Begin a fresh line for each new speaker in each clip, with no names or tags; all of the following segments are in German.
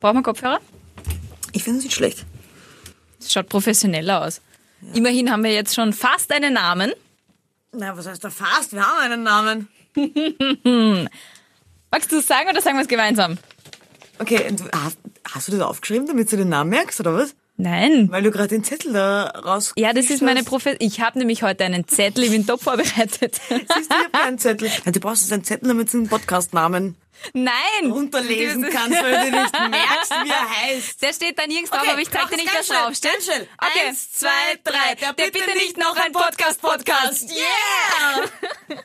Brauchen wir Kopfhörer?
Ich finde es nicht schlecht.
Das schaut professioneller aus. Immerhin haben wir jetzt schon fast einen Namen.
Na, was heißt da fast? Wir haben einen Namen.
Magst du es sagen oder sagen wir es gemeinsam?
Okay, und du- hast, hast du das aufgeschrieben, damit du den Namen merkst, oder was?
Nein.
Weil du gerade den Zettel da raus...
Ja, das ist meine Profession. Ich habe nämlich heute einen Zettel, ich bin top vorbereitet.
Siehst du, ich hab keinen Zettel. Nein, du brauchst jetzt einen Zettel, damit du den Podcast-Namen
Nein!
runterlesen kannst, weil du nicht merkst, wie er heißt.
Der steht da nirgends drauf,
Okay,
aber ich zeig dir
mach es
nicht, dass
ganz schnell,
er draufsteht.
ganz schnell.
Okay.
Eins, zwei, drei. Der bitte nicht noch ein
Podcast-Podcast.
Yeah!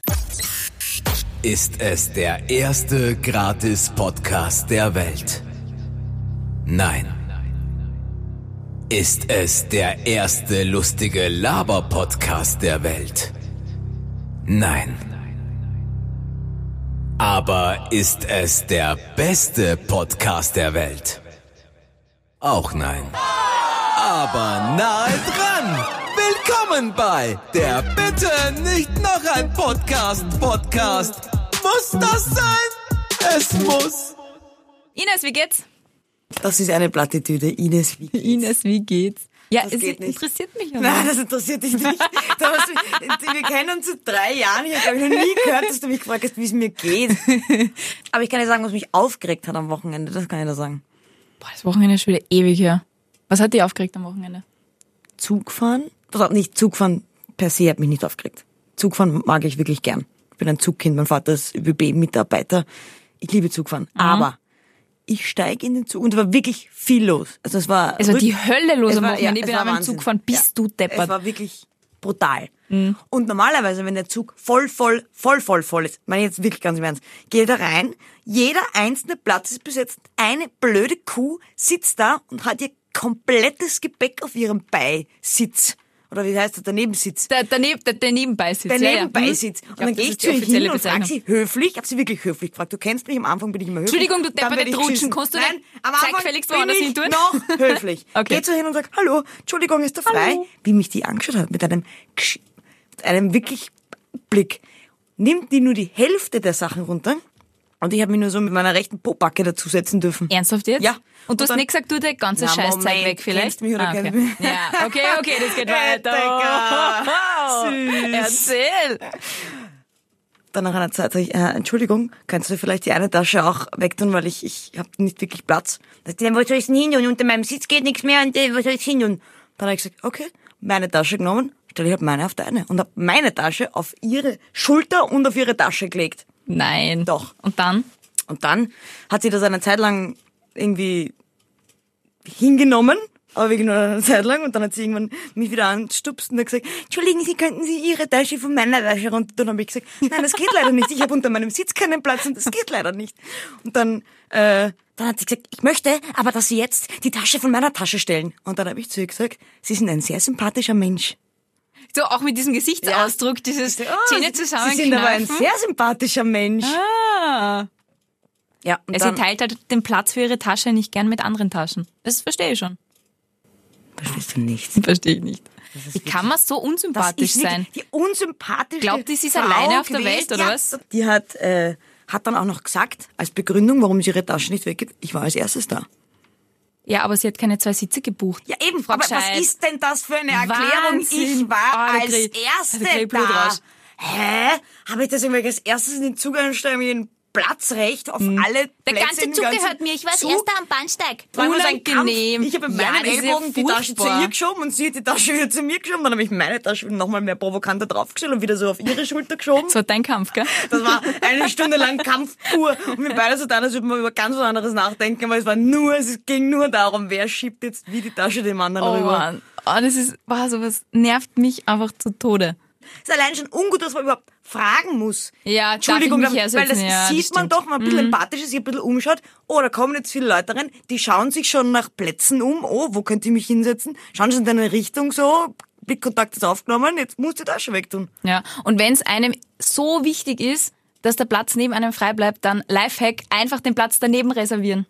ist es der erste Gratis-Podcast der Welt? Nein. Ist es der erste lustige Laber-Podcast der Welt? Nein. Aber ist es der beste Podcast der Welt? Auch nein. Aber nahe dran. Willkommen bei der Bitte nicht noch ein Podcast Podcast. Muss das sein? Es muss.
Ines, wie geht's?
Das ist eine Plattitüde, Ines Wieck.
Ines, wie geht's? Ja,
Das
es
geht nicht.
interessiert mich auch
Nein,
nicht.
das interessiert dich nicht. Da hast du, wir kennen uns seit drei Jahren. Ich habe noch nie gehört, dass du mich gefragt hast, wie es mir geht. Aber ich kann dir sagen, was mich aufgeregt hat am Wochenende. Das kann ich dir sagen.
Boah, das Wochenende ist schon wieder ewig her. Was hat dich aufgeregt am Wochenende?
Zugfahren? Also nicht Zugfahren per se hat mich nicht aufgeregt. Zugfahren mag ich wirklich gern. Ich bin ein Zugkind. Mein Vater ist ÖBB-Mitarbeiter. Ich liebe Zugfahren. Aber ich steige in den Zug und es war wirklich viel los. Also es war
Es war
rück-
die Hölle los
Es
am
war-
Wochenende.
ja,
ich
es
bin
war
einmal im
Wahnsinn.
Zug gefahren. Bist
Ja.
du
Es
deppert? Mhm.
war wirklich brutal. Und normalerweise, wenn der Zug voll, voll, voll, voll, voll ist, meine ich jetzt wirklich ganz im Ernst, geht da rein, jeder einzelne Platz ist besetzt, eine blöde Kuh sitzt da und hat ihr komplettes Gepäck auf ihrem Beisitz. Oder wie heißt das, der Nebensitz?
Der, daneben, der, der Nebenbeisitz. ja,
Der
Mhm. ja.
Nebenbeisitz.
Ich
Und
glaub,
dann
das
gehe ich
ist
zu
die
ihr
offizielle
hin und frage
Bezeichnung.
sie höflich, ich habe sie wirklich höflich gefragt, du kennst mich, am Anfang bin ich immer höflich.
Entschuldigung, du
dann
depperte
werde ich
Trutschen,
geschissen.
kannst du
Nein,
nicht-
am
zeig
Anfang
gefälligst
bin
woanders
ich
hin, du?
noch höflich.
Okay.
Geh zu ihr hin und sag, hallo, Entschuldigung, ist der frei?
Hallo.
Wie mich die angeschaut hat, mit einem, Gsch- mit einem wirklich Blick. Nimmt die nur die Hälfte der Sachen runter und ich habe mich nur so mit meiner rechten Pobacke dazusetzen dürfen.
Ernsthaft jetzt?
Ja.
Und du hast
dann-
nicht gesagt, du der ganze
Na,
Scheißzeug
Moment,
weg vielleicht? Ah,
kennst mich oder
okay.
kennst mich?
Ja, okay, okay, das geht
Süß.
weiter. Erzähl.
dann nach einer Zeit sage ich, äh, Entschuldigung, kannst du vielleicht die eine Tasche auch wegtun, weil ich, ich habe nicht wirklich Platz. Dann sagt sie, wo soll ich denn hin und unter meinem Sitz geht nichts mehr und äh, wo soll ich hin und dann habe ich gesagt, okay, meine Tasche genommen, stelle ich halt meine auf deine und habe meine Tasche auf ihre Schulter und auf ihre Tasche gelegt.
Nein.
Doch.
Und dann?
Und dann hat sie das eine Zeit lang irgendwie hingenommen, aber wirklich nur eine Zeit lang. Und dann hat sie irgendwann mich wieder anstupst und hat gesagt, Entschuldigen Sie, könnten Sie Ihre Tasche von meiner Tasche runter tun? Und habe ich gesagt, nein, das geht leider nicht. Ich habe unter meinem Sitz keinen Platz und das geht leider nicht. Und dann, äh, dann hat sie gesagt, ich möchte, aber dass Sie jetzt die Tasche von meiner Tasche stellen. Und dann habe ich zu ihr gesagt, Sie sind ein sehr sympathischer Mensch.
So, auch mit diesem Gesichtsausdruck, dieses Zähne
Ah, Sie sind aber ein
zusammenkneifen.
sehr sympathischer Mensch.
Ah.
Ja, und
Also, sie teilt halt den Platz für ihre Tasche nicht gern mit anderen Taschen. Das verstehe ich schon.
verstehst du nichts.
Verstehe ich nicht. Wie kann man so unsympathisch
wirklich
sein?
Die unsympathischste
Glaubt die, sie ist
Frau
alleine auf der
gewesen.
Welt, oder
ja,
was?
Die hat, äh, hat dann auch noch gesagt, als Begründung, warum sie ihre Tasche nicht weggibt, ich war als erstes da.
Ja, aber sie hat keine zwei Sitze gebucht.
Ja eben,
Frau
aber
Bescheid.
was ist denn das für eine Erklärung?
Wahnsinn.
Ich war
Ah, da
als
krieg- da krieg
Erste
ich Blutrausch.
da. Hä? Habe ich das irgendwie als erstes in den Zug einsteigen, mir ein Platzrecht auf alle
Hm. Der
Plätze
ganze
im
Zug
ganzen
gehört mir, ich war als
Zug?
erster am Bahnsteig.
War immer so ein Kampf.
Unangenehm.
Ich habe mit
Ja,
meinem
das ist ja
Ellbogen die Tasche zu
furchtbar.
ihr geschoben und sie hat die Tasche wieder zu mir geschoben. Dann habe ich meine Tasche nochmal mehr provokanter draufgestellt und wieder so auf ihre Schulter geschoben.
So dein Kampf, gell?
Das war eine Stunde lang Kampf pur. Und wir beide so dann, als würden wir über ganz was anderes nachdenken, weil es war nur, es ging nur darum, wer schiebt jetzt wie die Tasche dem anderen
Oh
rüber.
Mann. Oh, das ist, wow, sowas nervt mich einfach zu Tode.
Es ist allein schon ungut, dass man überhaupt fragen muss.
Ja, darf
Entschuldigung,
ich mich
weil weil das
hersetzen? Ja,
sieht
das stimmt.
man
Mhm.
doch, wenn man ein bisschen empathisch ist, sich ein bisschen umschaut. Oh, da kommen jetzt viele Leute rein, die schauen sich schon nach Plätzen um. Oh, wo könnte ich mich hinsetzen? Schauen sie in deine Richtung so. Blickkontakt ist aufgenommen, jetzt musst du die Tasche wegtun.
Ja. Und wenn es einem so wichtig ist, dass der Platz neben einem frei bleibt, dann Lifehack, einfach den Platz daneben reservieren.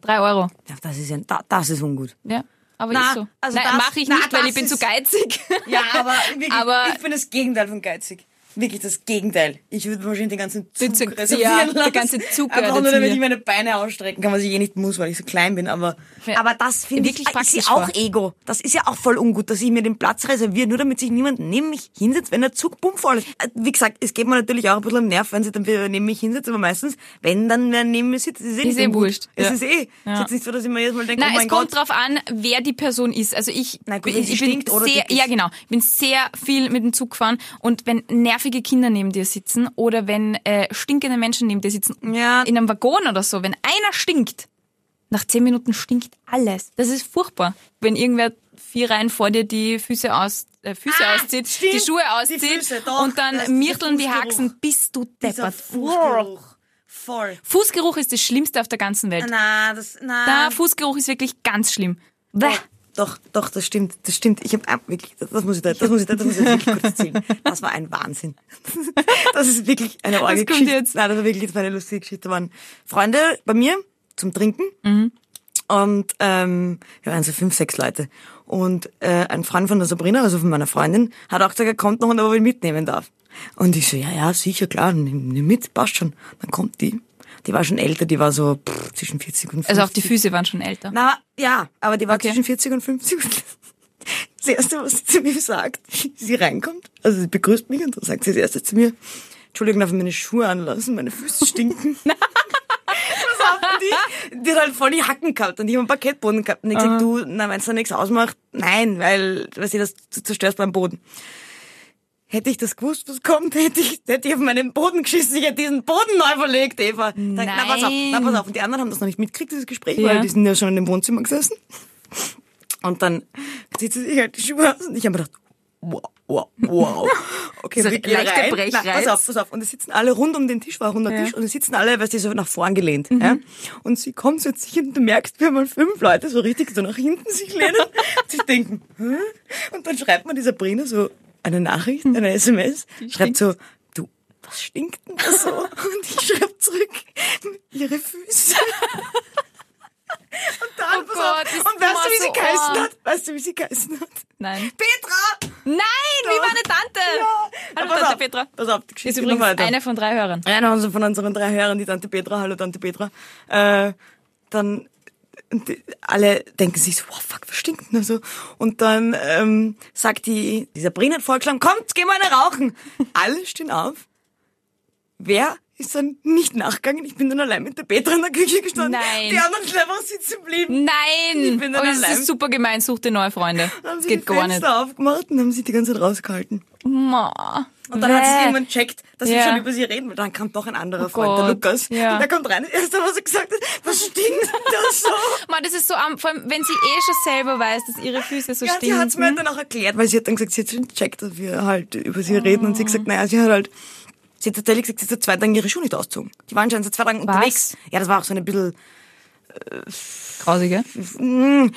Drei Euro.
Ja, das ist, ein, da- das ist ungut.
Ja. Aber
Na,
ist so.
also
Nein,
das-
mache ich
na,
nicht, weil
das
ich bin zu
ist-
geizig.
Ja, aber, wirklich,
Aber-
ich bin das Gegenteil von geizig. wirklich das Gegenteil. Ich würde wahrscheinlich den ganzen Zug
Den Zug-
reservieren
ja,
lassen.
der ganze Zug
Einfach
gehört
nur,
jetzt
damit
mir.
ich meine Beine ausstrecken kann, was ich eh nicht muss, weil ich so klein bin. Aber,
Ja.
aber das finde ich
Wirklich
ist ja
praktisch
auch
war.
Ego. Das ist ja auch voll ungut, dass ich mir den Platz reserviere, nur damit sich niemand neben mich hinsetzt, wenn der Zug bummvoll ist. Äh, Wie gesagt, es geht mir natürlich auch ein bisschen am Nerv, wenn sie dann wieder neben mich hinsetzt, aber meistens, wenn dann wer neben mir sitzt, ist es eh, nicht
eh
ungut.
wurscht.
Es
Ja.
ist eh. Es ist
Ja.
jetzt nicht so, dass ich mir jedes Mal denke,
Nein,
oh mein
es kommt
Gott.
drauf an, wer die Person ist. Also ich,
Na gut,
bin-
wenn sie
ich bin
stinkt oder
sehr,
dick ist.
ja genau, Ich bin sehr viel mit dem Zug gefahren und wenn nervige Kinder neben dir sitzen oder wenn äh, stinkende Menschen neben dir sitzen,
Ja.
in einem Waggon oder so, wenn einer stinkt, nach zehn Minuten stinkt alles. Das ist furchtbar, wenn irgendwer vier Reihen vor dir die Füße aus äh, Füße
Ah,
auszieht,
stimmt,
die Schuhe
die
auszieht
Füße, doch,
und
das
dann
ist der
mirteln die
Fußgeruch.
Haxen, bis du
Dieser
deppert.
Fußgeruch. Voll.
Fußgeruch ist das Schlimmste auf der ganzen Welt.
Na, das, na.
Da Fußgeruch ist wirklich ganz schlimm. Bäh.
Doch, doch, das stimmt, das stimmt. Ich habe wirklich, das, das muss ich da, das muss ich da, das muss ich jetzt wirklich kurz erzählen. Das war ein Wahnsinn. Das ist wirklich eine orge
kommt
Geschichte.
jetzt.
Nein, das war wirklich jetzt meine lustige Geschichte. Da waren Freunde bei mir zum Trinken.
Mhm.
Und ähm, wir waren so fünf, sechs Leute. Und äh, ein Freund von der Sabrina, also von meiner Freundin, hat auch gesagt, er kommt noch und ob ich ihn mitnehmen darf. Und ich so, ja, ja, sicher, klar, nimm, nimm mit, passt schon. Dann kommt die. Die war schon älter, die war so pff, zwischen 40 und 50.
Also auch die Füße waren schon älter.
Na, ja, aber die war
Okay.
zwischen 40 und 50. Das erste, was sie zu mir sagt, sie reinkommt, also sie begrüßt mich und dann sagt sie das erste zu mir, Entschuldigung, darf ich meine Schuhe anlassen, meine Füße stinken. Was haben die? Die hat halt voll die Hacken gehabt und ich habe einen Parkettboden gehabt. Und ich gesagt, du, na, wenn es da nichts ausmacht, nein, weil, weißt du, das du zerstörst beim Boden. Hätte ich das gewusst, was kommt, hätte ich, hätte ich auf meinen Boden geschissen. Ich hätte diesen Boden neu verlegt, Eva. Dann- Na, pass auf, na, pass
Nein.
auf. Und die anderen haben das noch nicht mitgekriegt, dieses Gespräch,
Hm. Ja.
weil die sind ja schon in dem Wohnzimmer gesessen. Und dann zieht sie sich halt die Schuhe aus und ich habe mir gedacht, wow, wow, wow. Okay,
Dieser
wir gehen
leichte
rein.
Brechreiz.
Na, pass auf, pass auf. Und es sitzen alle rund um den Tisch, war ein runder
Ja. Mhm.
Tisch, und es sitzen alle, weißt du, so nach vorn gelehnt. Ja? Und sie kommt so jetzt hin und du merkst, wir haben mal fünf Leute so richtig so nach hinten sich lehnen und sich denken, Hä? Und dann schreibt man die Sabrina so eine Nachricht,
Mhm.
eine SMS, schreibt so, du, was stinkt denn da so? Und ich schreibe zurück, ihre Füße. Und dann,
Oh
pass
Gott,
auf,
ist
und weißt du, wie
immer
sie
so
geheißen
arm.
hat? Weißt du, wie sie geheißen hat?
Nein.
Petra!
Nein, wie meine Tante.
Na,
Hallo
pass
Tante
auf,
Petra.
Pass auf, die
Ist
Geschichte
übrigens
noch weiter.
eine von drei Hörern.
Einer also von unseren drei Hörern, die Tante Petra, hallo Tante Petra, äh, dann und die, alle denken sich so, wow, fuck, was stinkt denn da so? Und dann ähm, sagt die, die Sabrina hat vorgeschlagen, kommt, geh mal eine rauchen. Alle stehen auf. Wer ist dann nicht nachgegangen? Ich bin dann allein mit der Petra in der Küche gestanden.
Nein.
Die anderen sind einfach sitzen geblieben.
Nein.
Ich bin dann
oh, das
allein.
ist super gemein. Such dir neue Freunde.
Dann haben
Das
sie
geht
die
gar nicht.
Fenster aufgemacht und haben sich die ganze Zeit rausgehalten.
Ma.
Und dann hat
Bäh.
sie jemand checkt, dass wir
Ja. Oh
schon über sie reden, weil dann kam doch ein anderer Freund, der
Gott,
Lukas.
ja.
Und der kommt rein, das erste, was er gesagt hat, was stinkt das so?
Man, das ist so arm. Vor allem, wenn sie eh schon selber weiß, dass ihre Füße so
Ja, sie
stinken.
hat's mir halt dann auch erklärt, weil sie hat dann gesagt, sie hat schon checkt, dass wir halt über sie reden. Und sie hat gesagt, naja, sie hat halt, sie hat tatsächlich gesagt, sie hat seit zwei Tagen ihre Schuhe nicht auszogen. Die waren schon seit zwei Tagen
Was?
unterwegs. Ja, das war auch so ein bisschen,
Grausige.
Hm,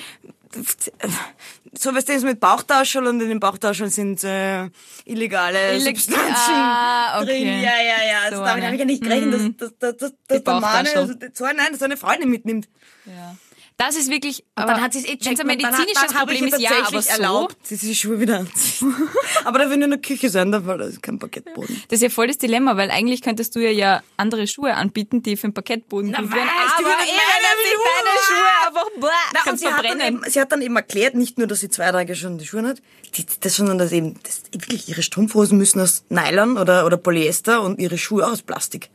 so weißt du, so mit Bauchtaschen und in den Bauchtaschen sind äh, illegale
Illeg-
Substanzen
Ah, okay.
drin. Ja, ja, ja. Also
So eine.
damit
Hm.
habe ich ja nicht gerechnet, dass, dass, dass, dass, dass der Mann,
Bauchtasche.
also, so, nein, dass seine Freundin mitnimmt.
Ja. Das ist wirklich.
Und
aber
dann hat sie es eh checkt.
wenn's ein
und dann hat-
medizinisches
dann habe ich
Problem ist,
ihr
ja, aber
tatsächlich
so.
erlaubt, sie sich die Schuhe wieder anziehen. aber da will nur in der Küche sein, da war das kein Parkettboden.
Das ist ja voll das Dilemma, weil eigentlich könntest du ihr ja andere Schuhe anbieten, die für den Parkettboden
Na,
gut
weißt
wären.
du,
Aber
wie das
eh, wenn
meine
das sind deine Schuhe einfach blah,
Na, und
kannst
sie hat, dann
verbrennen.
eben, sie hat dann eben erklärt, nicht nur, dass sie zwei Tage schon die Schuhe hat, die, das, sondern dass eben dass wirklich ihre Strumpfhosen müssen aus Nylon oder, oder Polyester und ihre Schuhe auch aus Plastik.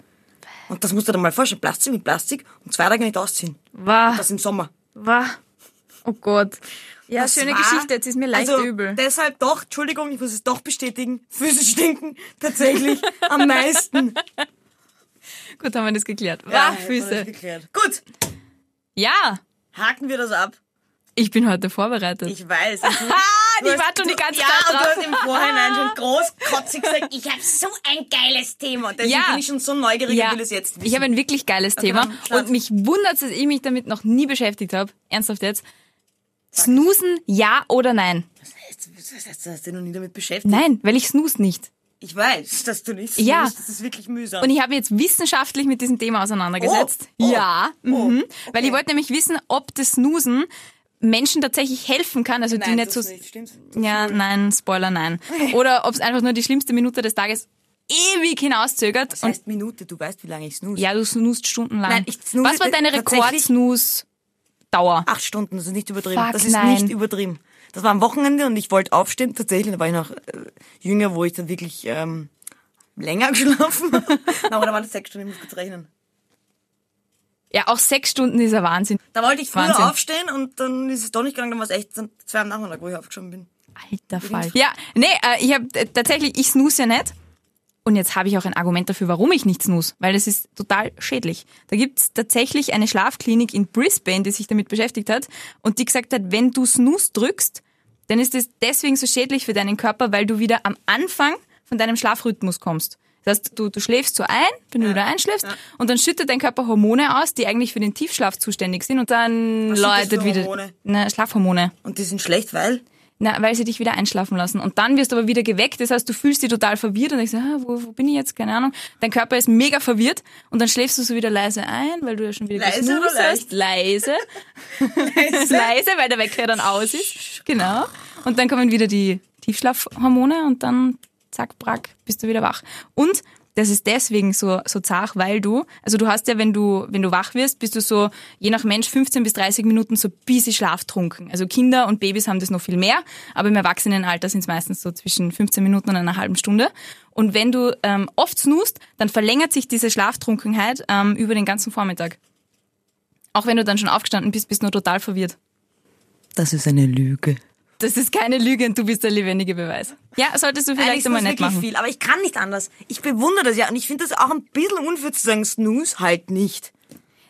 Und das musst du dir mal vorstellen, Plastik mit Plastik und zwei Tage nicht ausziehen.
Wah.
Das im Sommer.
Wah. Oh Gott. Ja,
Das
schöne
war-
Geschichte, jetzt ist mir leicht
also,
übel.
Deshalb doch, Entschuldigung, ich muss es doch bestätigen, Füße stinken tatsächlich am meisten.
Gut, haben wir das geklärt. Wah,
Ja, jetzt haben wir's
Füße.
geklärt. Gut,
Ja,
haken wir das ab.
ich bin heute vorbereitet.
Ich weiß. Ich,
ah,
du
die
hast-
war schon die
du-
ganze
ja,
Zeit
und du hast
drauf.
im Vorhinein schon großkotzig gesagt, ich habe so ein geiles Thema. Und deswegen
Ja.
bin ich schon so neugierig
Ja,
und will es jetzt wissen.
ich habe ein wirklich geiles Thema
dann schlag.
und mich wundert dass ich mich damit noch nie beschäftigt habe. Ernsthaft jetzt. Snoosen, ja oder nein?
was heißt, was heißt, du hast dich noch nie damit beschäftigt?
Nein, weil ich snooze nicht.
Ich weiß, dass du nicht
Ja.
tust. Das ist wirklich mühsam.
Und ich habe mich jetzt wissenschaftlich mit diesem Thema auseinandergesetzt.
Oh, oh,
ja, mhm.
okay.
weil ich wollte nämlich wissen, ob das Snoosen Menschen tatsächlich helfen kann, also die
Nein,
nicht
tust
so
nicht, stimmt's?
Ja, nein, Spoiler, nein. Oder ob es einfach nur die schlimmste Minute des Tages ewig hinauszögert.
Das heißt Minute, du weißt, wie lange ich snooze.
Ja, du snoost stundenlang.
Nein, ich snooze
Was war deine
tatsächlich- Ah.
Rekordsnooze-Dauer?
Acht Stunden, das ist nicht übertrieben.
Fuck,
das ist
nein.
nicht übertrieben. Das war am Wochenende und ich wollte aufstehen. Tatsächlich, da war ich noch äh, jünger, wo ich dann wirklich ähm, länger geschlafen habe. Na, oder waren das sechs Stunden? Ich muss kurz rechnen.
Ja, auch sechs Stunden ist ein Wahnsinn.
Da wollte ich früher
Wahnsinn.
aufstehen und dann ist es doch nicht gegangen. Dann war es echt dann zwei am Nachmittag, wo ich aufgestanden bin.
Alter Fall. Ja, nee, äh, ich habe äh, tatsächlich, ich snooze ja nicht. Und jetzt habe ich auch ein Argument dafür, warum ich nicht snooze, weil das ist total schädlich. Da gibt's tatsächlich eine Schlafklinik in Brisbane, die sich damit beschäftigt hat und die gesagt hat, wenn du snooze drückst, dann ist es deswegen so schädlich für deinen Körper, weil du wieder am Anfang von deinem Schlafrhythmus kommst. Das heißt, du, du schläfst so ein, wenn du wieder einschläfst, und dann schüttet dein Körper Hormone aus, die eigentlich für den Tiefschlaf zuständig sind, und dann
Was sind das für
läutet wieder
Hormone?
na, Schlafhormone.
Und die sind schlecht, weil
Na, weil sie dich wieder einschlafen lassen. Und dann wirst du aber wieder geweckt. Das heißt, du fühlst dich total verwirrt und denkst, ah, wo, wo bin ich jetzt? Keine Ahnung. Dein Körper ist mega verwirrt und dann schläfst du so wieder leise ein, weil du ja schon wieder
Leise
gesnoost
oder leicht?
hast. Leise. leise, weil der Wecker dann aus ist. Genau. Und dann kommen wieder die Tiefschlafhormone und dann zack, brack, bist du wieder wach. Und das ist deswegen so, so zart, weil du, also du hast ja, wenn du, wenn du wach wirst, bist du so, je nach Mensch, 15 bis 30 Minuten so busy schlaftrunken. Also Kinder und Babys haben das noch viel mehr, aber im Erwachsenenalter sind es meistens so zwischen 15 Minuten und einer halben Stunde. Und wenn du ähm, oft snoost, dann verlängert sich diese Schlaftrunkenheit ähm, über den ganzen Vormittag. Auch wenn du dann schon aufgestanden bist, bist du nur total verwirrt.
das ist eine Lüge.
Das ist keine Lüge und du bist der lebendige Beweis. Ja, solltest du
Nein,
vielleicht
ich
einmal
snooze
nicht
wirklich
machen.
viel, aber ich kann nicht anders. Ich bewundere das ja und ich finde das auch ein bisschen unfair zu sagen, Snooze halt nicht.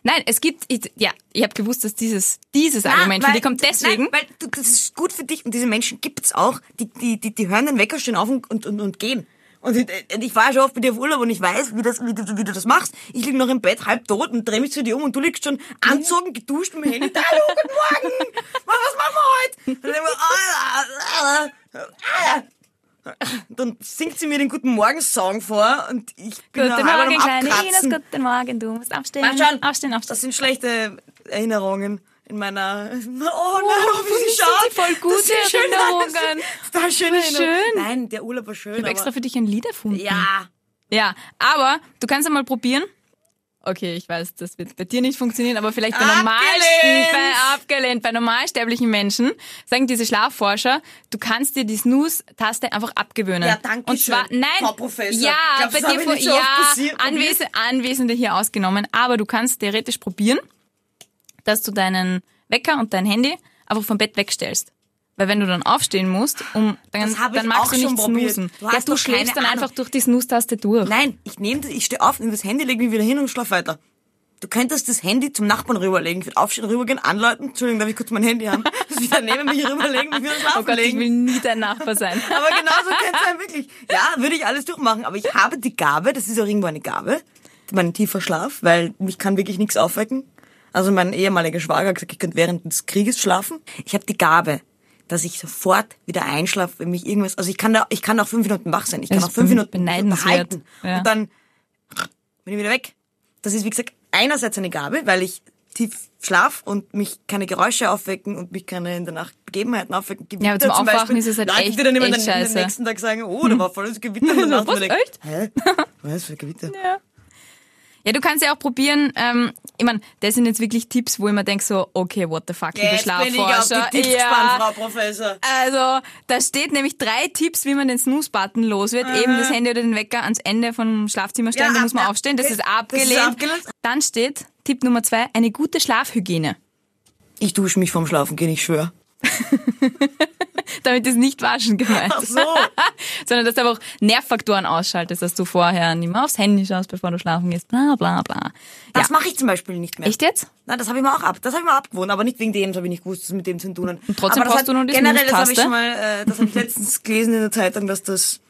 Nein, es gibt, ich, ja, ich habe gewusst, dass dieses, dieses Argument von
weil-
dir kommt deswegen.
Nein, weil du, das ist gut für dich und diese Menschen gibt's auch, die, die, die, die hören den Wecker, stehen auf und, und, und, und gehen. Und ich, und ich war ja schon oft bei dir auf Urlaub und ich weiß, wie, das, wie, du, wie du das machst. Ich lieg noch im Bett, halb tot und dreh mich zu dir um und du liegst schon
Mhm.
anzogen, geduscht mit dem Handy. da, Hallo, guten Morgen! Was was machen wir heute? Und dann, denk ich mir, ah, ah, ah. dann singt sie mir den Guten Morgen-Song vor und ich bin
Guten
noch einmal am
Morgen, kleine Ines,
Abkratzen.
guten Morgen, du musst aufstehen.
Mach schon.
Mhm. Aufstehen,
Das
aufstehen.
sind schlechte Erinnerungen in meiner. Oh, nein, oh
das
wie sie
sind
schaut.
sie voll gute
das sind schöne
Erinnerungen.
Das war schön.
schön.
Nein, der Urlaub war schön.
Ich habe extra
Aber,
für dich ein Lied erfunden.
ja.
Ja, aber du kannst einmal probieren. Okay, ich weiß, das wird bei dir nicht funktionieren, aber vielleicht bei normalsten,
Abgelehnt!
bei abgelehnt, bei normalsterblichen Menschen sagen diese Schlafforscher, du kannst dir die Snooze-Taste einfach abgewöhnen.
Ja, danke
Und zwar,
schön,
nein,
Frau Professor.
ja,
Glaubst
bei
du, das
dir
hab ich
vor,
nicht so oft
ja,
passiert-
Anwes Anwesende hier ausgenommen, aber du kannst theoretisch probieren, dass du deinen Wecker und dein Handy einfach vom Bett wegstellst. Weil wenn du dann aufstehen musst, um, dann,
Das hab ich
dann magst
auch
du nicht
schon probiert.
snoosen.
Du
ja,
hast
du
doch
schläfst
keine
dann
Ahnung.
einfach durch die Snooze-Taste durch.
Nein, ich nehme das, ich stehe auf, nehme das Handy, lege mich wieder hin und schlafe weiter. Du könntest das Handy zum Nachbarn rüberlegen. Ich würde aufstehen, rübergehen, anläuten. Entschuldigung, darf ich kurz mein Handy haben? Das wieder neben mich rüberlegen, mich wieder schlafen
Oh Gott, ich
legen.
will nie dein Nachbar sein.
Aber genauso könnte es sein, wirklich. Ja, würde ich alles durchmachen. Aber ich habe die Gabe, das ist auch irgendwo eine Gabe, mein tiefer Schlaf, weil mich kann wirklich nichts aufwecken. Also mein ehemaliger Schwager hat gesagt, ich könnte während des Krieges schlafen. Ich habe die Gabe, dass ich sofort wieder einschlafe, wenn mich irgendwas... Also ich kann da, ich kann auch fünf Minuten wach sein. Ich kann
Das
auch fünf
ist
Minuten
beneidenswert.
halten.
Ja.
Und dann bin ich wieder weg. Das ist, wie gesagt, einerseits eine Gabe, weil ich tief schlaf und mich keine Geräusche aufwecken und mich keine in der Nacht Begebenheiten aufwecken.
Ja, aber zum
Gewitter
Aufwachen ist es halt
Leute,
echt-
die dann immer
echt
den, den
scheiße.
nächsten Tag sagen, oh, da war volles Gewitter. Und dann
Was,
dachte ich mir,
echt?
Hä? Was für Gewitter?
Ja, du kannst ja auch probieren, ähm, ich meine, das sind jetzt wirklich Tipps, wo ich mir denke so, okay, what the fuck, liebe
Jetzt bin ich auf
Schlafforscher.
die Tipps gespannt, Frau Professor.
also, da steht nämlich drei Tipps, wie man den Snooze-Button los wird. Eben das Handy oder den Wecker ans Ende vom Schlafzimmer stellen,
Ja,
da
ab-
muss man
ab-
aufstehen, das
das
ist
ist
abgelehnt.
abgelehnt.
Dann steht Tipp Nummer zwei, eine gute Schlafhygiene.
Ich dusche mich vorm Schlafen gehen, ich schwöre.
Damit ist nicht waschen gemeint.
Ach so.
Sondern dass du aber auch Nervfaktoren ausschaltest, dass du vorher nicht mehr aufs Handy schaust, bevor du schlafen gehst, bla bla bla.
Das mache ich zum Beispiel nicht mehr.
Echt jetzt?
Nein, das habe ich mir auch ab, das habe ich mir abgewohnt, aber nicht wegen dem, das habe ich nicht gewusst, das mit dem zu tun hat. Und
trotzdem
aber das
brauchst
hat,
du nur die
generell, das habe ich
Snooze-Taste.
schon mal, äh, das habe ich letztens gelesen in der Zeitung, dass das,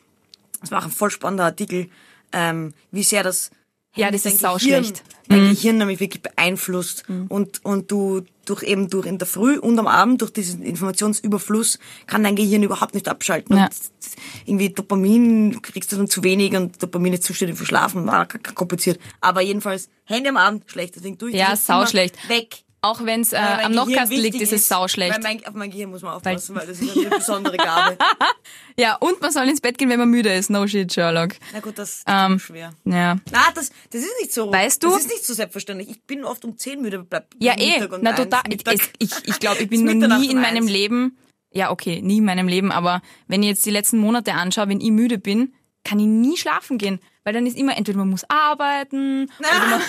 das war auch ein voll spannender Artikel, ähm, wie sehr das
Ja, das ist
dein
sau
Gehirn-
schlecht. Mhm.
Dein Gehirn nämlich wirklich beeinflusst und und du durch eben durch in der Früh und am Abend durch diesen Informationsüberfluss kann dein Gehirn überhaupt nicht abschalten
Ja.
und irgendwie Dopamin kriegst du dann zu wenig und Dopamin ist zuständig für Schlafen, war kompliziert. Aber jedenfalls Handy am Abend schlecht, deswegen durch
Ja,
dieses Zimmer
sauschlecht.
Weg.
Auch wenn es äh,
Weil mein
am
Gehirn
Nochkasten
wichtig
liegt, ist es sauschlecht.
Weil mein, auf mein Gehirn muss man aufpassen, weil, das ist eine besondere Gabe.
Ja, und man soll ins Bett gehen, wenn man müde ist. No shit, Sherlock.
Na gut, das ist
Ähm,
schwer.
Ja.
Na, das, das ist nicht so.
Weißt du-
Das ist nicht so selbstverständlich. Ich bin oft um 10 müde. Bleib
Ja,
bis
eh.
Mittag und
Na,
eins
total.
Mittag.
Es- Ich, ich glaube, ich
Bis
bin noch
Mitternacht
nie in
um
meinem
eins.
Leben, ja, okay, nie in meinem Leben, aber wenn ich jetzt die letzten Monate anschaue, wenn ich müde bin, kann ich nie schlafen gehen. Weil dann ist immer, entweder man muss arbeiten oder, man,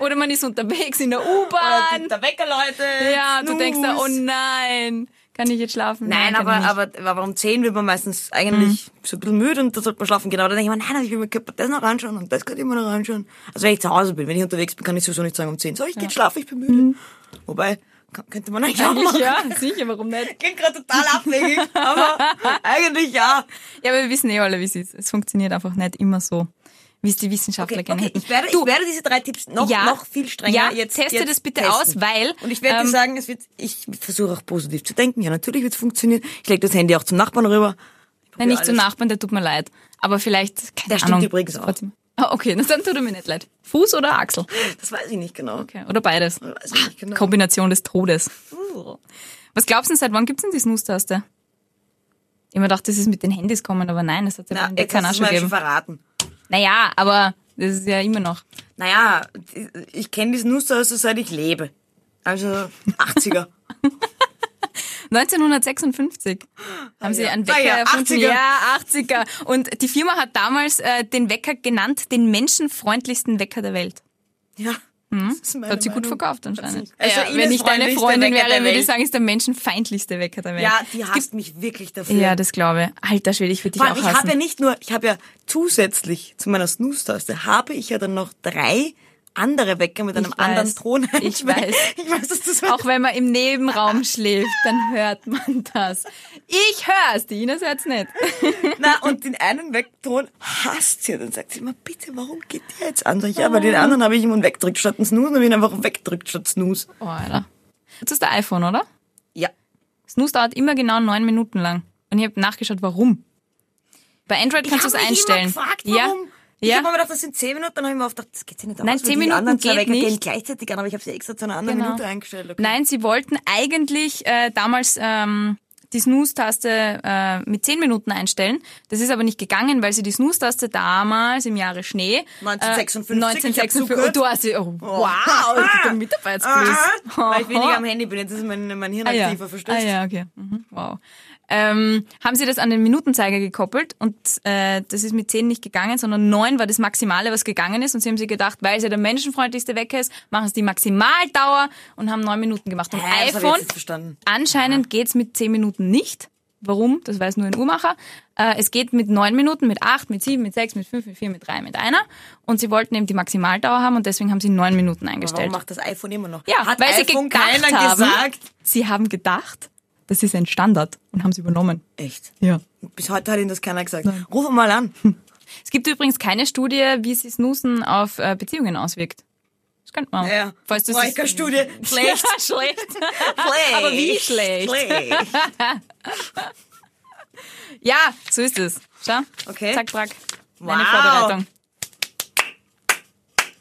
oder man ist unterwegs in der
Oder
U-Bahn.
tippt Der Wecker, Leute.
Ja, du denkst da,
Ah, Snooze.
oh nein, kann ich jetzt schlafen?
Nein,
kann
aber,
ich nicht. Mhm.
aber, aber um 10 wird man meistens eigentlich so ein bisschen müde und da sollte man schlafen gehen. Aber dann denke ich mir, nein, aber ich will mir Körper das noch anschauen und das kann ich mir noch anschauen. Also wenn ich zu Hause bin, wenn ich unterwegs bin, kann ich sowieso nicht sagen um 10, so, ich geh schlafen, ich bin müde. Wobei, kann- könnte man eigentlich auch machen.
Mhm. Ja, sicher, warum nicht?
Klingt gerade total abwegig, aber eigentlich ja.
Ja, aber wir wissen eh alle, wie es ist. Es funktioniert einfach nicht immer so, wie es die Wissenschaftler
Okay,
gerne
okay.
hätten.
Ich, werde, ich werde diese drei Tipps noch,
Ja.
noch viel strenger
Ja,
jetzt
teste
jetzt
das bitte
testen.
aus, weil,
Und ich werde
ähm,
dir sagen, es wird, ich versuche auch positiv zu denken. Ja, natürlich wird es funktionieren. Ich lege das Handy auch zum Nachbarn rüber.
Nein,
Ich probiere
nicht zum
alles.
Nachbarn, der tut mir leid. Aber vielleicht, keine
Der stimmt
Ahnung.
übrigens auch.
Trotzdem. Ah, okay, na, dann tut er mir nicht leid. Fuß oder Achsel?
Das weiß ich nicht genau.
Okay, oder beides.
Weiß ich nicht genau.
Kombination des Todes.
Uh.
Was glaubst du denn, seit wann gibt's denn die Snooze-Taste? Ich hab mir gedacht, das ist mit den Handys kommen, aber nein, das hat ja
Na,
den
jetzt hast
Deckern auch
du's
schon
mir schon
gegeben.
verraten.
Naja, aber das ist ja immer noch.
Naja, ich kenne diesen Nuster, also seit ich lebe. Also 80er.
1956 haben sie
ja.
einen
Ah
Wecker
ja,
erfunden.
80er.
Ja, 80er. Und die Firma hat damals äh, den Wecker genannt, den menschenfreundlichsten Wecker der Welt.
ja. Das ist meine
Hm? Hat sie gut
Meinung.
verkauft anscheinend.
Also
ja,
Ines
wenn ich deine
freundlichste
Freundin
Wecker der
wäre, würde ich
Welt.
sagen, ist der menschenfeindlichste Wecker der Welt.
Ja, die
Es
hasst mich wirklich dafür.
gibt, ja das glaube ich. Alter Schwede, ich würde dich
Vor allem,
auch
ich
hassen.
habe ja nicht nur, ich habe ja zusätzlich zu meiner Snooze-Taste, habe ich ja dann noch drei andere Wecker mit einem
Ich weiß.
anderen Ton.
Ich weiß.
Ich weiß, dass das
auch wenn man im Nebenraum schläft, dann hört man das. Ich hör's, die Ines hört's nicht.
Na, und den einen Weckton hasst sie. Dann sagt sie immer, bitte, warum geht der jetzt an? Sag ich, ja,
Ah.
weil den anderen habe ich ihm weggedrückt statt einen Snooze und habe ihn einfach weggedrückt statt Snooze.
Oh, Alter. Das ist der iPhone, oder?
Ja.
Snooze dauert immer genau neun Minuten lang. Und ich habe nachgeschaut, warum. Bei Android kannst du es
hab mich
einstellen.
Immer gefragt,
ja.
warum? Ich
Ja.
habe mir gedacht, das sind 10 Minuten, dann habe ich mir oft gedacht, das geht ja nicht aus.
Nein,
weil
10
die
Minuten
anderen zwei
geht
Wecker gehen
nicht.
gleichzeitig an, aber ich habe sie extra zu einer anderen
Genau.
Minute eingestellt. Okay.
Nein, sie wollten eigentlich äh, damals ähm, die Snooze-Taste äh, mit 10 Minuten einstellen. Das ist aber nicht gegangen, weil sie die Snooze-Taste damals im Jahre Schnee...
1956, ich hab
1956.
zugehört.
und du hast sie... Oh, wow, das ist ein Mitarbeitsquiz.
Weil ich weniger am Handy bin, jetzt ist mein, mein Hirn
Ah ja.
aktiver,
ah
verstehst du?
ja, okay. Mhm, wow. Ähm, haben sie das an den Minutenzeiger gekoppelt und äh, das ist mit 10 nicht gegangen, sondern 9 war das Maximale, was gegangen ist. Und sie haben sie gedacht, weil es ja der menschenfreundlichste Wecker ist, machen sie die Maximaldauer und haben 9 Minuten gemacht. Und
Hä, das hab ich jetzt
iPhone
nicht verstanden.
Anscheinend geht's mit 10 Minuten nicht. Warum? Das weiß nur ein Uhrmacher. Äh, es geht mit 9 Minuten, mit 8, mit 7, mit 6, mit 5, mit 4, mit 3, mit einer. Und sie wollten eben die Maximaldauer haben und deswegen haben sie 9 Minuten
Warum
eingestellt.
macht das iPhone immer noch?
Ja,
Hat
weil
iPhone
sie gedacht
keiner
haben,
gesagt?
sie haben gedacht, das ist ein Standard und haben es übernommen.
Echt?
Ja.
Bis heute hat ihnen das keiner gesagt. Ruf mal an.
Es gibt übrigens keine Studie, wie sich Snoosen auf äh, Beziehungen auswirkt. Das könnte man.
Ja.
Falls du
Troika Studie. Schlecht.
Ja, schlecht.
Schlecht.
Aber wie schlecht?
Schlecht.
Ja, so ist es. Schau.
Okay.
Zack, brack. Meine
Wow.
Vorbereitung.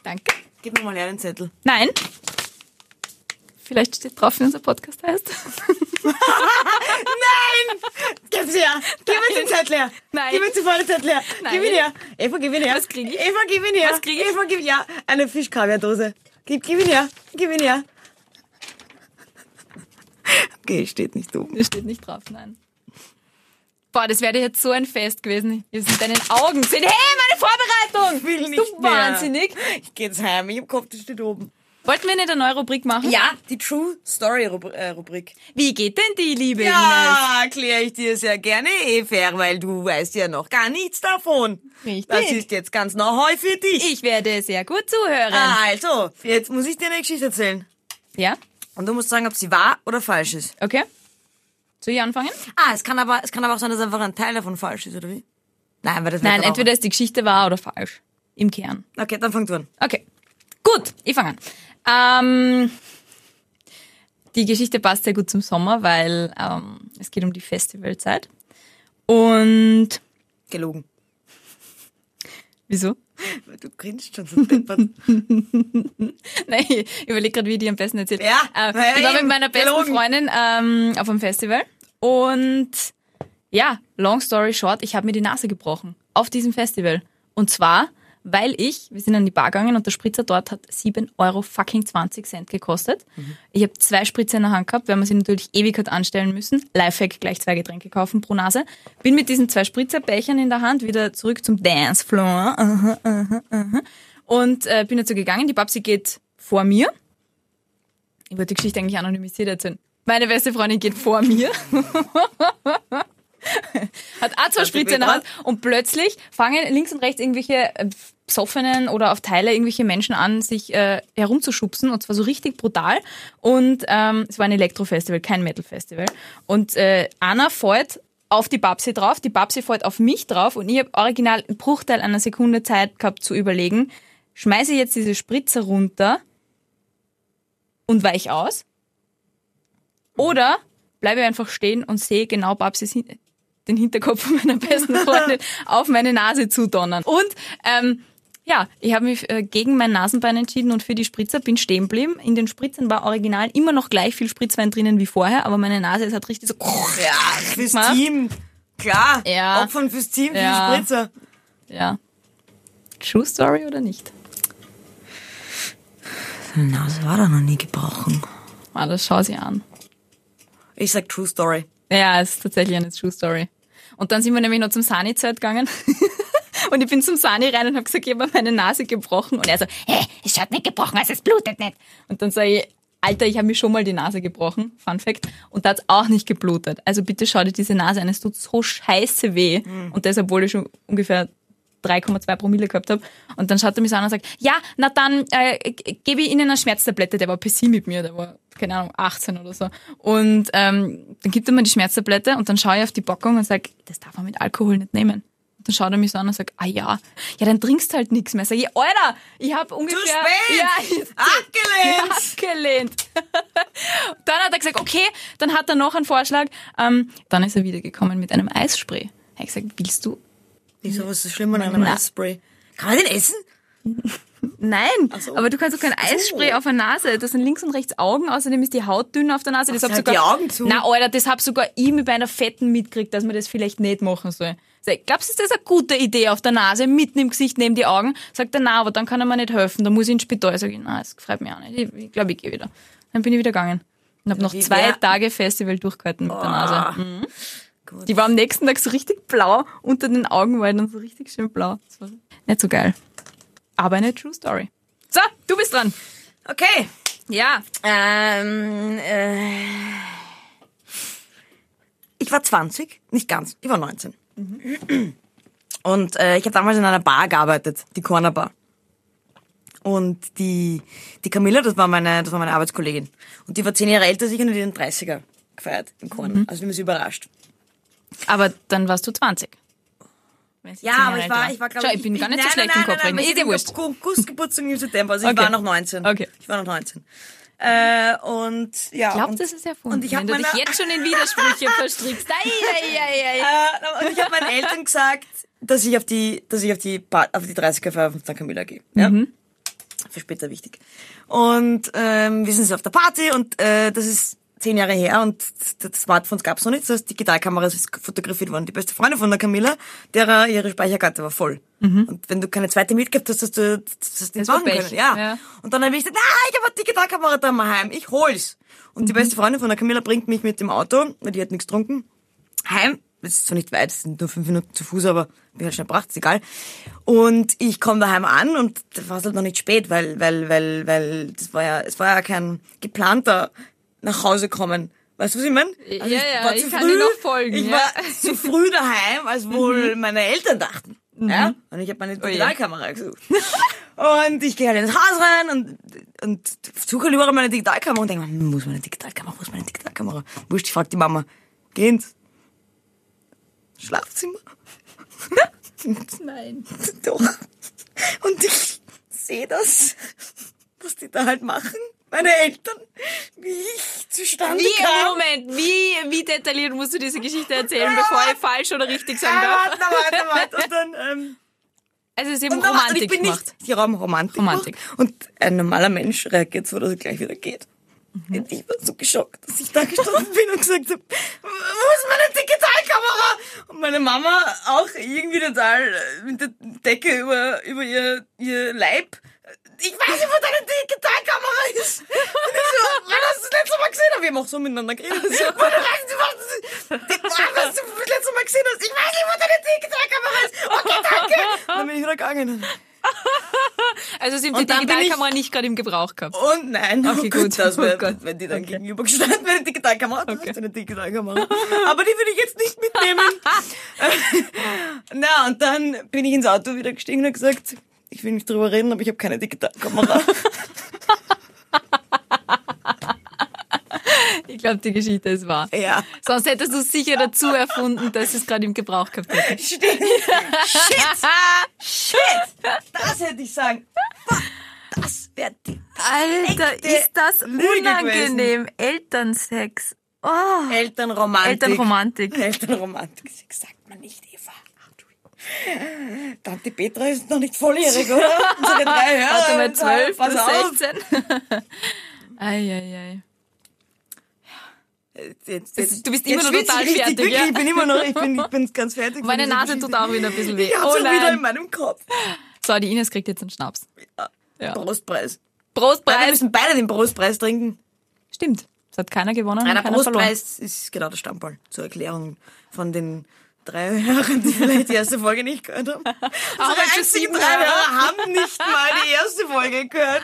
Danke.
Gib mir mal her den Zettel.
Nein. Vielleicht steht drauf, wie unser Podcast heißt.
Gib's her. Gib mir den Zettel her.
Nein.
Gib mir zuvor den Zettel her.
Nein.
Gib ihn her. Eva, gib ihn her.
Was krieg ich?
Eva, gib ihn her.
Was krieg ich?
Eva, gib ja. Eine Fischkaviardose. Gib, gib ihn her. Gib ihn her. Okay, steht nicht oben.
Das steht nicht drauf, nein. Boah, das wäre jetzt so ein Fest gewesen. Ihr sind deinen Augen sehen. Hey, meine Vorbereitung!
Ich will
Bist
nicht
du
mehr.
wahnsinnig?
Ich geh jetzt heim. Ich hab gehofft, das steht oben.
Wollten wir nicht eine neue Rubrik machen?
Ja, die True Story Rubri- äh, Rubrik.
Wie geht denn die liebe Ines?
Ja, erkläre ich dir sehr gerne, Efer, weil du weißt ja noch gar nichts davon.
Richtig.
Das ist jetzt ganz neu für dich.
Ich werde sehr gut zuhören.
Also, jetzt muss ich dir eine Geschichte erzählen.
Ja?
Und du musst sagen, ob sie wahr oder falsch ist.
Okay. Soll ich anfangen?
Ah, es kann aber, es kann aber auch sein, dass einfach ein Teil davon falsch ist, oder wie? Nein, weil das
Nein,
wird dann
entweder ist die Geschichte wahr oder falsch. Im Kern.
Auch. Okay, dann fang du an.
Okay. Gut, ich fange an. Ähm, die Geschichte passt sehr gut zum Sommer, weil ähm, es geht um die Festivalzeit. Und
Gelogen.
wieso?
Du grinst schon so deppert.
Nein, ich überlege gerade, wie ich die am besten erzähle.
Ja,
äh,
na ja,
ich war mit
eben,
meiner besten
gelogen.
Freundin ähm, auf einem Festival und ja, long story short, ich habe mir die Nase gebrochen auf diesem Festival. Und zwar, weil ich, wir sind an die Bar gegangen und der Spritzer dort hat 7 Euro fucking 20 Cent gekostet. Ich habe zwei Spritzer in der Hand gehabt, weil man sie natürlich ewig hat anstellen müssen. Lifehack, gleich zwei Getränke kaufen pro Nase. Bin mit diesen zwei Spritzerbecher in der Hand wieder zurück zum Dancefloor. Aha, aha, aha. Und äh, bin dazu gegangen, die Babsi geht vor mir. Ich wollte die Geschichte eigentlich anonymisiert erzählen. Meine beste Freundin geht vor mir. Hat auch zwei
Also
Spritze in der Hand und plötzlich fangen links und rechts irgendwelche äh, besoffenen oder auf Teile irgendwelche Menschen an, sich äh, herumzuschubsen und zwar so richtig brutal. Und ähm, es war ein Elektrofestival, kein Metal-Festival. Und äh, Anna fährt auf die Babsi drauf, die Babsi fährt auf mich drauf und ich habe original einen Bruchteil einer Sekunde Zeit gehabt zu überlegen, schmeiße ich jetzt diese Spritze runter und weich aus? Oder bleibe ich einfach stehen und sehe genau Babsis hin den Hinterkopf von meiner besten Freundin auf meine Nase zudonnern. Und ähm, ja, ich habe mich äh, gegen mein Nasenbein entschieden und für die Spritzer bin stehen geblieben. In den Spritzern war original immer noch gleich viel Spritzwein drinnen wie vorher, aber meine Nase ist halt richtig so.
Ja, fürs
Mal.
Team. Klar.
Ja.
Opfern fürs Team, für
Ja.
die Spritzer.
Ja. True Story oder nicht?
Na, das war doch noch nie gebrochen.
Ah, das schau sie an.
Ich sag True Story.
Ja, es ist tatsächlich eine True Story. Und dann sind wir nämlich noch zum Sani Zeit gegangen. Und ich bin zum Sani rein und habe gesagt, ich habe meine Nase gebrochen. Und er so, hey, es schaut nicht gebrochen Also, aus, es blutet nicht. Und dann sage ich, Alter, ich habe mir schon mal die Nase gebrochen, Fun Fact. Und da hat's auch nicht geblutet. Also bitte schau dir diese Nase an, es tut so scheiße weh. Und das, obwohl ich schon ungefähr 3,2 Promille gehabt habe. Und dann schaut er mich so an und sagt, ja, na dann äh, g- gebe ich Ihnen eine Schmerztablette. Der war PC mit mir, der war, keine Ahnung, 18 oder so. Und ähm, dann gibt er mir die Schmerztablette und dann schaue ich auf die Packung und sage, das darf man mit Alkohol nicht nehmen. Und dann schaut er mich so an und sagt, ah ja, ja, dann trinkst halt nichts mehr. Sag ich, Alter, ich habe ungefähr...
spät!
Ja,
Abgelehnt!
abgelehnt. dann hat er gesagt, okay, dann hat er noch einen Vorschlag. Ähm, dann ist er wiedergekommen mit einem Eisspray. Hab ich gesagt, willst du
Wieso, was ist schlimm an einem
Na.
Eisspray? Kann man den essen?
Nein,
so.
aber du kannst doch kein Eisspray auf der Nase. Das sind links und rechts Augen, außerdem ist die Haut dünn auf der Nase. Das
Ach,
hab
halt die Augen zu.
Na, Alter, das hab sogar ich mit einer Fetten mitgekriegt, dass man das vielleicht nicht machen soll. Sag, glaubst du, ist das eine gute Idee auf der Nase, mitten im Gesicht, neben die Augen? Sagt er, na, aber dann kann er mir nicht helfen, da muss ich ins Spital. Sag ich, na, das freut mich auch nicht. Ich glaube, ich, glaub, ich gehe wieder. Dann bin ich wieder gegangen. Und hab noch
Wie
zwei
wär- Ah.
Tage Festival durchgehalten mit der Nase. Mhm.
Gut.
Die war am nächsten Tag so richtig blau, unter den Augen war dann so richtig schön blau. Das war nicht so geil. Aber eine True Story. So, du bist dran.
Okay.
Ja.
Ähm, äh, ich war 20, nicht ganz, ich war 19. Und äh, ich habe damals in einer Bar gearbeitet, die Corner Bar. Und die, die Camilla, das war, meine, das war meine Arbeitskollegin. Und die war zehn Jahre älter als ich und hat ihren 30er gefeiert im Corner. Also die mich überrascht.
Aber dann warst du 20. Wenn sie
Ja,
zehn Jahre
aber ich
alt
war, ich war, glaube
Schau, ich bin gar nicht so schlecht im Kopf.
Nein,
Nein,
nein,
ist dir
nein,
wurscht.
ich bin August Geburtstag im September, also
Okay.
ich war noch 19.
Okay.
Ich war noch 19. Äh, und ja.
Glaubt,
und,
das ist erfunden.
Und ich habe
wenn du
meine,
dich jetzt schon in Widersprüche verstrickst. Ei, ei, ei, ei.
äh, und ich hab meinen Eltern gesagt, dass ich auf die, dass ich auf die, Pa- auf die 30er Feier von St. Camilla gehe. Ja? Für später wichtig. Und ähm, wir sind so auf der Party und äh, das ist zehn Jahre her und das- das Smartphones gab's noch nicht, das heißt, Digitalkameras ist fotografiert worden. Die beste Freundin von der Camilla, derer ihre Speicherkarte war voll. Und wenn du keine zweite mitgehabt hast, hast du das Mhm. hast du nicht
war
machen
Pech,
können. Ja.
ja.
Und dann habe ich gesagt, na, ich habe eine Digitalkamera daheim, ich hol's. Und die beste Freundin von der Camilla bringt mich mit dem Auto, weil die hat nichts getrunken heim. Es ist zwar nicht weit, es sind nur fünf Minuten zu Fuß, aber bin halt schnell gebracht, ist egal. Und ich komme daheim an und da war es halt noch nicht spät, weil, weil, weil, weil, das war ja, es war ja kein geplanter nach Hause kommen. Weißt du, was ich meine?
Ja, ja, ich kann dir noch folgen,
Ich
ja. Mhm.
war zu früh daheim, als wohl meine Eltern dachten. Ja? Und ich habe meine
Oh
Digitalkamera gesucht. Und ich gehe halt ins Haus rein und, und suche überall meine Digitalkamera und denke, mir, wo ist meine Digitalkamera, wo ist meine Digitalkamera? Wurscht, ich frage die Mama, geh ins Schlafzimmer.
Nein.
Doch. Und ich sehe das, was die da halt machen. Meine Eltern, wie ich zustande
Wie,
kam.
Moment, wie, wie detailliert musst du diese Geschichte erzählen, bevor ich falsch oder richtig sagen
Ah,
darf?
warte, warte, warte. Und dann, ähm,
Also sie haben
Und dann- und
Romantik
ich bin
gemacht.
Nicht, sie haben Romantik,
Romantik.
Gemacht. Und ein normaler Mensch reagiert so, dass er gleich wieder geht. Und Ich war so geschockt, dass ich da gestanden bin und gesagt habe, wo ist meine Digitalkamera? Und meine Mama auch irgendwie total äh, mit der Decke über, über ihr, ihr Leib. Ich weiß nicht, wo deine Digitalkamera ist. Und ich so, wann hast du das letzte Mal gesehen? Und wir haben auch so miteinander geredet. Also. Wann hast du wann hast ah, du das letzte Mal gesehen? Hast? Ich weiß nicht, wo deine Digitalkamera ist. Okay, danke. Und dann bin ich wieder gegangen.
Also sie haben die
Und dann bin ich-
Digitalkamera nicht gerade im Gebrauch gehabt.
Und nein,
Okay,
oh
gut.
Gott, das
Oh
wär,
Gott.
wenn die dann gegenüber gestanden wäre, eine Digitalkamera. Das ist eine Digitalkamera. Aber die würde ich jetzt nicht mitnehmen. Na, und dann bin ich ins Auto wieder gestiegen und hab gesagt, ich will nicht drüber reden, aber ich habe keine Digitalkamera.
Ich glaube, die Geschichte ist wahr.
ja.
Sonst hättest du sicher dazu erfunden, dass sie es gerade im Gebrauch gehabt hätte.
Stimmt. Shit. Shit. Das hätte ich sagen. Fuck, Das wäre die
Alter,
Echte ist
das
Lüge unangenehm.
Elternsex. Oh,
Elternromantik.
Elternromantik.
Elternromantik. Das sagt man nicht, Eva. Tante Petra ist noch nicht volljährig, oder? Unsere drei Hörer.
Warte mal,
und so,
12
pass auf.
oder 16? Eieiei.
Jetzt,
Das- du bist immer noch
schwitze ich
total
richtig,
fertig,
Wirklich,
ja.
Ich bin immer noch, ich bin, ich bin ganz fertig.
Meine
von dieser
Nase tut
Geschichte.
auch wieder ein bisschen weh.
Ich hab's
Oh
auch wieder
nein.
in meinem Kopf.
So, die Ines kriegt jetzt einen Schnaps. Ja.
Brustpreis. Nein, wir
Prostpreis.
müssen beide den Brustpreis trinken.
Stimmt. Es hat keiner gewonnen und
Nein, der
Hm, keiner verloren.
Brustpreis ist genau der Stammball. Zur Erklärung von den drei Hörern, die vielleicht die erste Folge nicht gehört haben.
Aber
Unsere
schon
einzigen
sieben
drei
Hörer.
Hörer haben nicht mal die erste Folge gehört.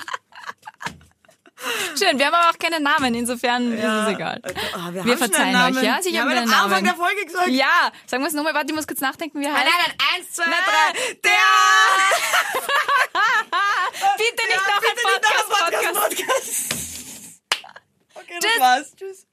Schön, wir haben aber auch keinen Namen, insofern ist es egal.
Also, ah, wir
Wir
haben schon
verzeihen
einen Namen.
euch, ja? Sicher
wir
haben
haben
wir
am
einen
Anfang
Namen.
der Folge gesagt.
Ja, sagen wir es nochmal, warte, ich muss kurz nachdenken, wie heißt
Ah, Nein, nein, eins, zwei, drei.
Der! bitte nicht noch
bitte
ein
nicht noch
Podcast,
ein
Podcast.
Podcast, Podcast. Okay,
Tschüss.
das war's. Tschüss.